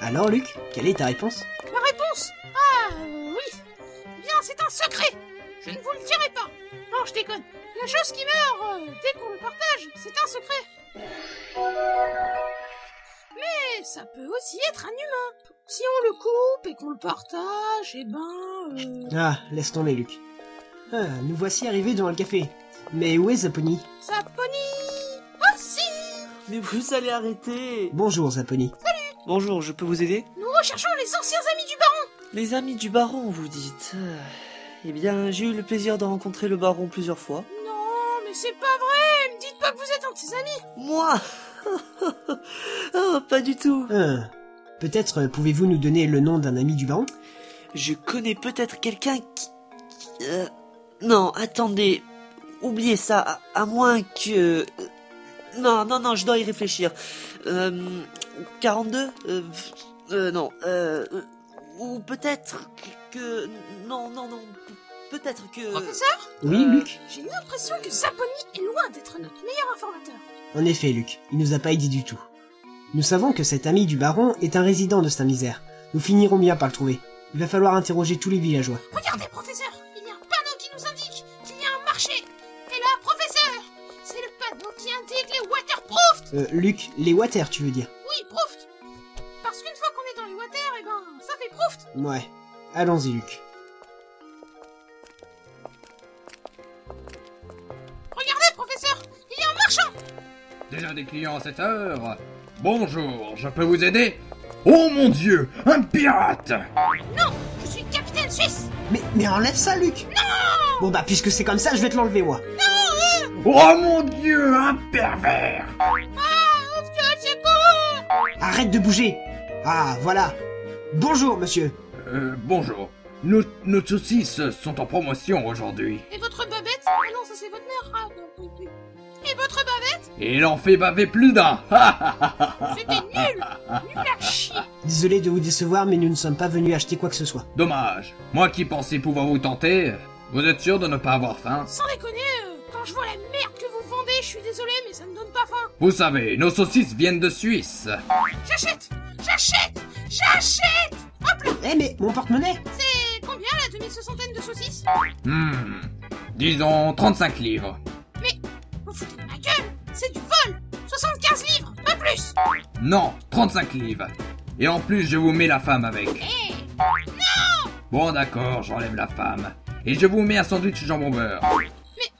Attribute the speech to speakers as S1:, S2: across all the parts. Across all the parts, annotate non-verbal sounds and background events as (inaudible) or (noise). S1: Alors Luc, quelle est ta réponse
S2: La réponse Ah euh, oui Eh bien, c'est un secret Je ne vous le dirai pas Non, je déconne. La chose qui meurt euh, dès qu'on le partage, c'est un secret. Mais ça peut aussi être un humain. Si on le coupe et qu'on le partage, eh ben... euh,
S1: Ah, laisse tomber Luc. Ah, nous voici arrivés devant le café. Mais où est Zaponi
S2: Zaponi Aussi
S3: Mais vous allez arrêter
S1: Bonjour Zaponi.
S3: Bonjour, je peux vous aider
S2: Nous recherchons les anciens amis du baron
S3: Les amis du baron, vous dites Euh, Eh bien, j'ai eu le plaisir de rencontrer le baron plusieurs fois.
S2: Non, mais c'est pas vrai Me dites pas que vous êtes un de ses amis
S3: Moi (laughs) Ah, Pas du tout
S1: Ah, Peut-être euh, pouvez-vous nous donner le nom d'un ami du baron
S3: Je connais peut-être quelqu'un qui... qui- euh, Non, attendez. Oubliez ça, à, à moins que... euh, Non, non, non, je dois y réfléchir. Euh, 42 euh, pff, euh, Non. euh, euh, ou peut-être que... Non, non, non. Peut-être que...
S2: Professeur
S1: Oui
S3: Euh,
S1: Luc
S2: J'ai l'impression que Zaponi est loin d'être notre meilleur informateur.
S1: En effet Luc, il nous a pas aidé du tout. Nous savons que cet ami du baron est un résident de Saint-Misère. Nous finirons bien par le trouver. Il va falloir interroger tous les villageois.
S2: Regardez, professeur Il y a un panneau qui nous indique qu'il y a un marché Et là, professeur C'est le panneau qui indique les waterproof
S1: Euh, Luc, les water tu veux dire
S2: Oui, proof Parce qu'une fois qu'on est dans les water, eh ben, ça fait proof
S1: Ouais. Allons-y Luc.
S2: Regardez, Eh, professeur Il y a un marchand
S4: Déjà des clients à cette heure Bonjour, je peux vous aider Oh mon dieu, un pirate
S2: Je suis capitaine suisse
S1: Mais, mais enlève ça Luc Bon bah puisque c'est comme ça, je vais te l'enlever moi.
S4: Oh mon dieu, un pervers
S1: Arrête de bouger Ah, voilà Bonjour, monsieur
S4: Euh, bonjour. Nos, nos saucisses sont en promotion aujourd'hui.
S2: Et votre babette Ah non, ça c'est votre mère Ah, non, oui, oui. Et votre babette
S4: Et il en fait baver plus d'un Ah,
S2: C'était nul Nul à chier
S1: Désolé de vous décevoir, mais nous ne sommes pas venus acheter quoi que ce soit.
S4: Dommage. Moi qui pensais pouvoir vous tenter, vous êtes sûr de ne pas avoir faim
S2: Sans déconner, euh, quand je vois la merde que vous vendez, je suis désolé, mais ça ne donne pas faim
S4: Vous savez, nos saucisses viennent de Suisse.
S2: J'achète J'achète J'achète
S1: Eh mais, mon porte-monnaie
S2: C'est combien la demi-soixantaine de saucisses
S4: Hmm. Disons 35 livres.
S2: Vous foutez de ma gueule C'est du vol 75 livres, pas plus
S4: Non, 35 livres. Et en plus, je vous mets la femme avec.
S2: Eh
S4: Bon d'accord, j'enlève la femme. Et je vous mets un sandwich jambon beurre.
S2: Mais,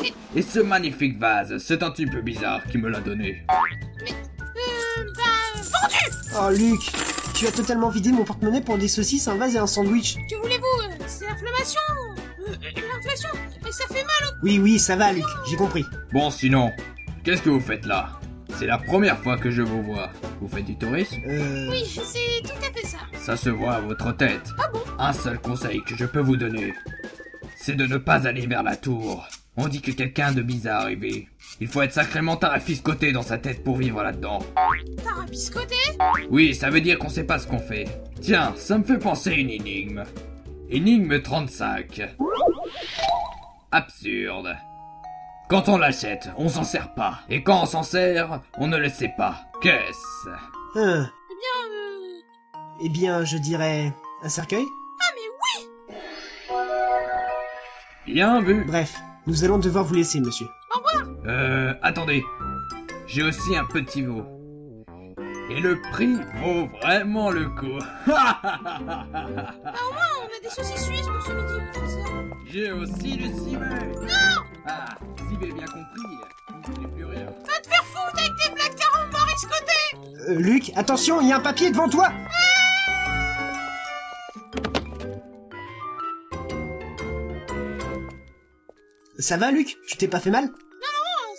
S2: mais,
S4: Et ce magnifique vase, c'est un type bizarre qui me l'a donné.
S2: euh, bah, vendu
S1: Oh, Luc Tu as totalement vidé mon porte-monnaie pour des saucisses, un vase et un sandwich.
S2: Que voulez-vous euh, C'est l'inflammation euh, L'inflation Mais ça fait mal
S1: Oui, oui, ça va, Luc, j'ai compris.
S4: Bon sinon, qu'est-ce que vous faites là C'est la première fois que je vous vois. Vous faites du tourisme
S1: Euh...
S2: Oui, c'est tout à fait ça
S4: Ça se voit à votre tête.
S2: Ah bon
S4: Un seul conseil que je peux vous donner, c'est de ne pas aller vers la tour. On dit que quelqu'un de bizarre est arrivé. Il faut être sacrément tarafiscoté dans sa tête pour vivre là-dedans.
S2: T'as biscoté
S4: Oui, ça veut dire qu'on sait pas ce qu'on fait. Tiens, ça me fait penser à une énigme. Énigme 35. Absurde. Quand on l'achète, on s'en sert pas. Et quand on s'en sert, on ne le sait pas. Qu'est-ce
S1: Hein.
S2: Eh bien, euh...
S1: Eh bien, je dirais... Un cercueil
S4: Bien vu.
S1: Bref, nous allons devoir vous laisser, monsieur.
S4: Euh, attendez. J'ai aussi un petit veau. Et le prix vaut vraiment le coup. (laughs)
S2: on a des saucisses suisses pour ce midi, professeur
S4: J'ai aussi le civet. Non Ah, civet bien compris. Je n'ai plus rien.
S2: Va te faire foutre avec tes blagues carambars escotées
S1: Euh, Luc, attention, il y a un papier devant toi Ça va, Luc Tu t'es pas fait mal
S2: Oh,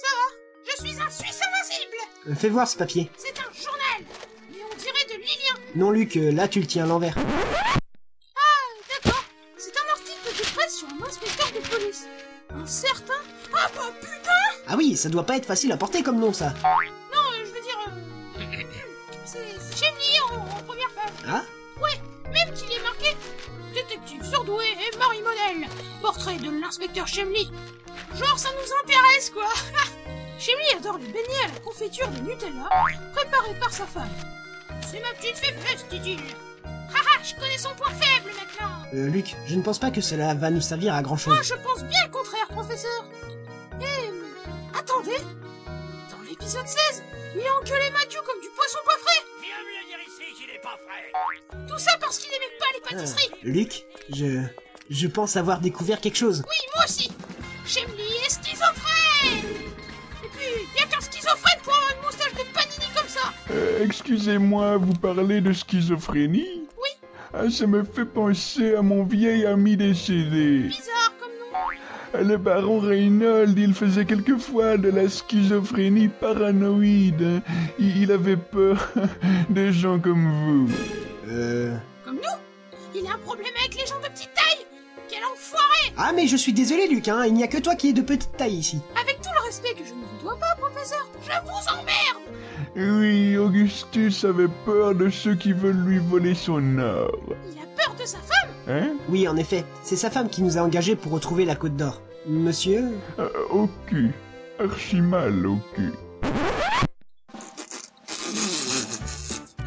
S2: ça va Je suis un Suisse invincible
S1: Euh, Fais voir ce papier.
S2: C'est un journal Mais on dirait de l'Ilien
S1: Non, Luc, euh, là, tu le tiens à l'envers.
S2: D'accord, c'est un article de presse sur un inspecteur de police. Un certain. Ah bah putain
S1: Ah oui, ça doit pas être facile à porter comme nom, ça.
S2: Non, euh, je veux dire. euh, C'est c'est Chemli en, en première page.
S1: Ah
S2: Même qu'il est marqué Détective surdoué et Marie Modèle. Portrait de l'inspecteur Chemli. Genre, ça nous intéresse quoi (laughs) Chemli adore les beignets à la confiture de Nutella, préparés par sa femme. C'est ma petite faiblesse, dit-il. Haha, je connais son point faible maintenant.
S1: Euh, Luc, je ne pense pas que cela va nous servir à grand chose.
S2: Moi, Ah, je pense bien le contraire, professeur. Et euh, attendez, dans l'épisode 16, il a engueulé Mathieu comme du poisson pas frais.
S5: Viens me le dire ici qu'il est pas frais.
S2: Tout ça parce qu'il aimait pas les pâtisseries.
S1: Luc, je. Je pense avoir découvert quelque chose.
S2: Oui, moi aussi. J'aime les schizophrènes. Et puis, y a qu'un schizophrène pour avoir une moustache de panini comme ça.
S6: Euh, Excusez-moi, vous parlez de schizophrénie
S2: Oui.
S6: Ah, ça me fait penser à mon vieil ami décédé. Ah,
S2: Bizarre comme nom.
S6: Le baron Reynold, il faisait quelquefois de la schizophrénie paranoïde. Il il avait peur (laughs) des gens comme vous.
S1: Euh.
S2: Comme nous. Il a un problème avec les gens de petite taille. Quel enfoiré.
S1: Ah, mais je suis désolé, Luc, hein, il n'y a que toi qui es de petite taille ici.
S2: Avec tout le respect que je ne vous dois pas, professeur, je vous emmerde.
S6: Oui, Augustus avait peur de ceux qui veulent lui voler son or.
S2: Il a peur de sa femme.
S6: Hein
S1: Oui, en effet, c'est sa femme qui nous a engagés pour retrouver la Côte d'Or. Monsieur
S6: Euh, Au cul. Archimal au cul.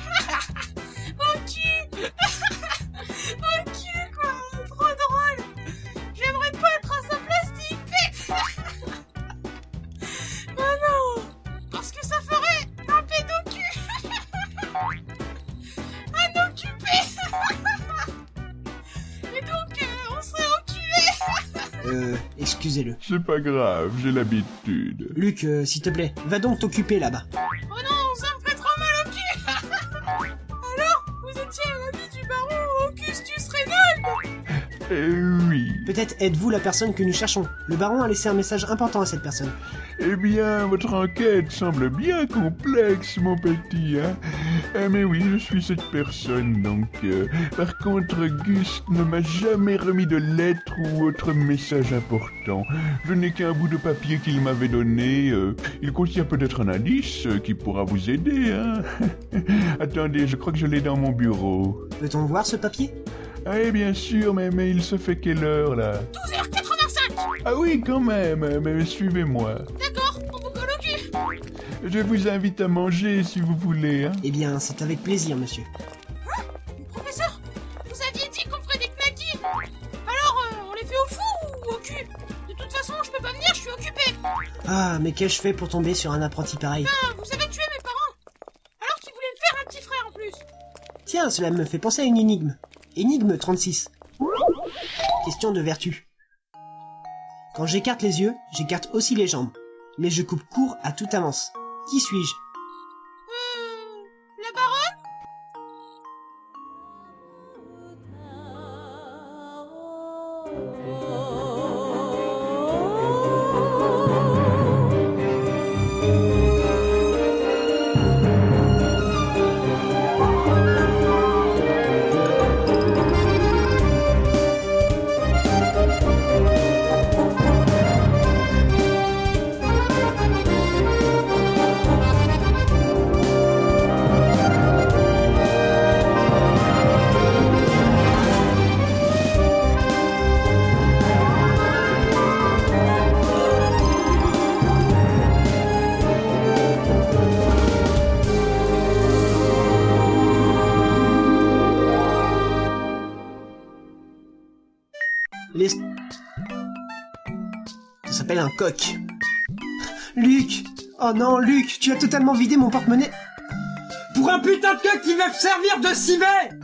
S2: Mon cul Mon cul, quoi Trop drôle J'aimerais pas être à sa place, Dick Mais non Parce que ça ferait un pédocul Un occupé Et donc, euh, on serait enculé
S1: Euh, excusez-le.
S6: C'est pas grave, j'ai l'habitude.
S1: Luc, euh, s'il te plaît, va donc t'occuper là-bas.
S2: Oh non, ça me fait trop mal au cul Alors, vous étiez un ami du baron Augustus Reynolds
S6: Eh oui.
S1: Peut-être êtes-vous la personne que nous cherchons. Le baron a laissé un message important à cette personne.
S6: Eh bien, votre enquête semble bien complexe, mon petit, hein Eh, mais oui, je suis cette personne, donc... euh, Par contre, Gus ne m'a jamais remis de lettre ou autre message important. Je n'ai qu'un bout de papier qu'il m'avait donné. euh, Il contient peut-être un indice euh, qui pourra vous aider, hein (laughs) Attendez, je crois que je l'ai dans mon bureau.
S1: Peut-on voir ce papier
S6: Ah, eh bien sûr, mais, mais il se fait quelle heure, là
S2: 12h85
S6: Ah oui, quand même, mais- mais suivez-moi.
S2: D'accord, on vous colle au cul
S6: Je vous invite à manger si vous voulez. Hein.
S1: Eh bien, c'est avec plaisir, monsieur.
S2: Professeur, vous aviez dit qu'on ferait des knackis Alors, euh, on les fait au four ou au cul De toute façon, je peux pas venir, je suis occupé
S1: Ah, mais qu'ai-je fait pour tomber sur un apprenti pareil
S2: Vous avez tué mes parents Alors qu'ils voulaient me faire un petit frère en plus
S1: Tiens, cela me fait penser à une énigme. Énigme 36. Question de vertu. Quand j'écarte les yeux, j'écarte aussi les jambes. Mais je coupe court à toute avance. Qui suis-je
S2: Euh... La baronne
S1: Les... Ça s'appelle un coq. Luc Oh non, Luc, tu as totalement vidé mon porte-monnaie
S7: Pour un putain de coq qui va me servir de civet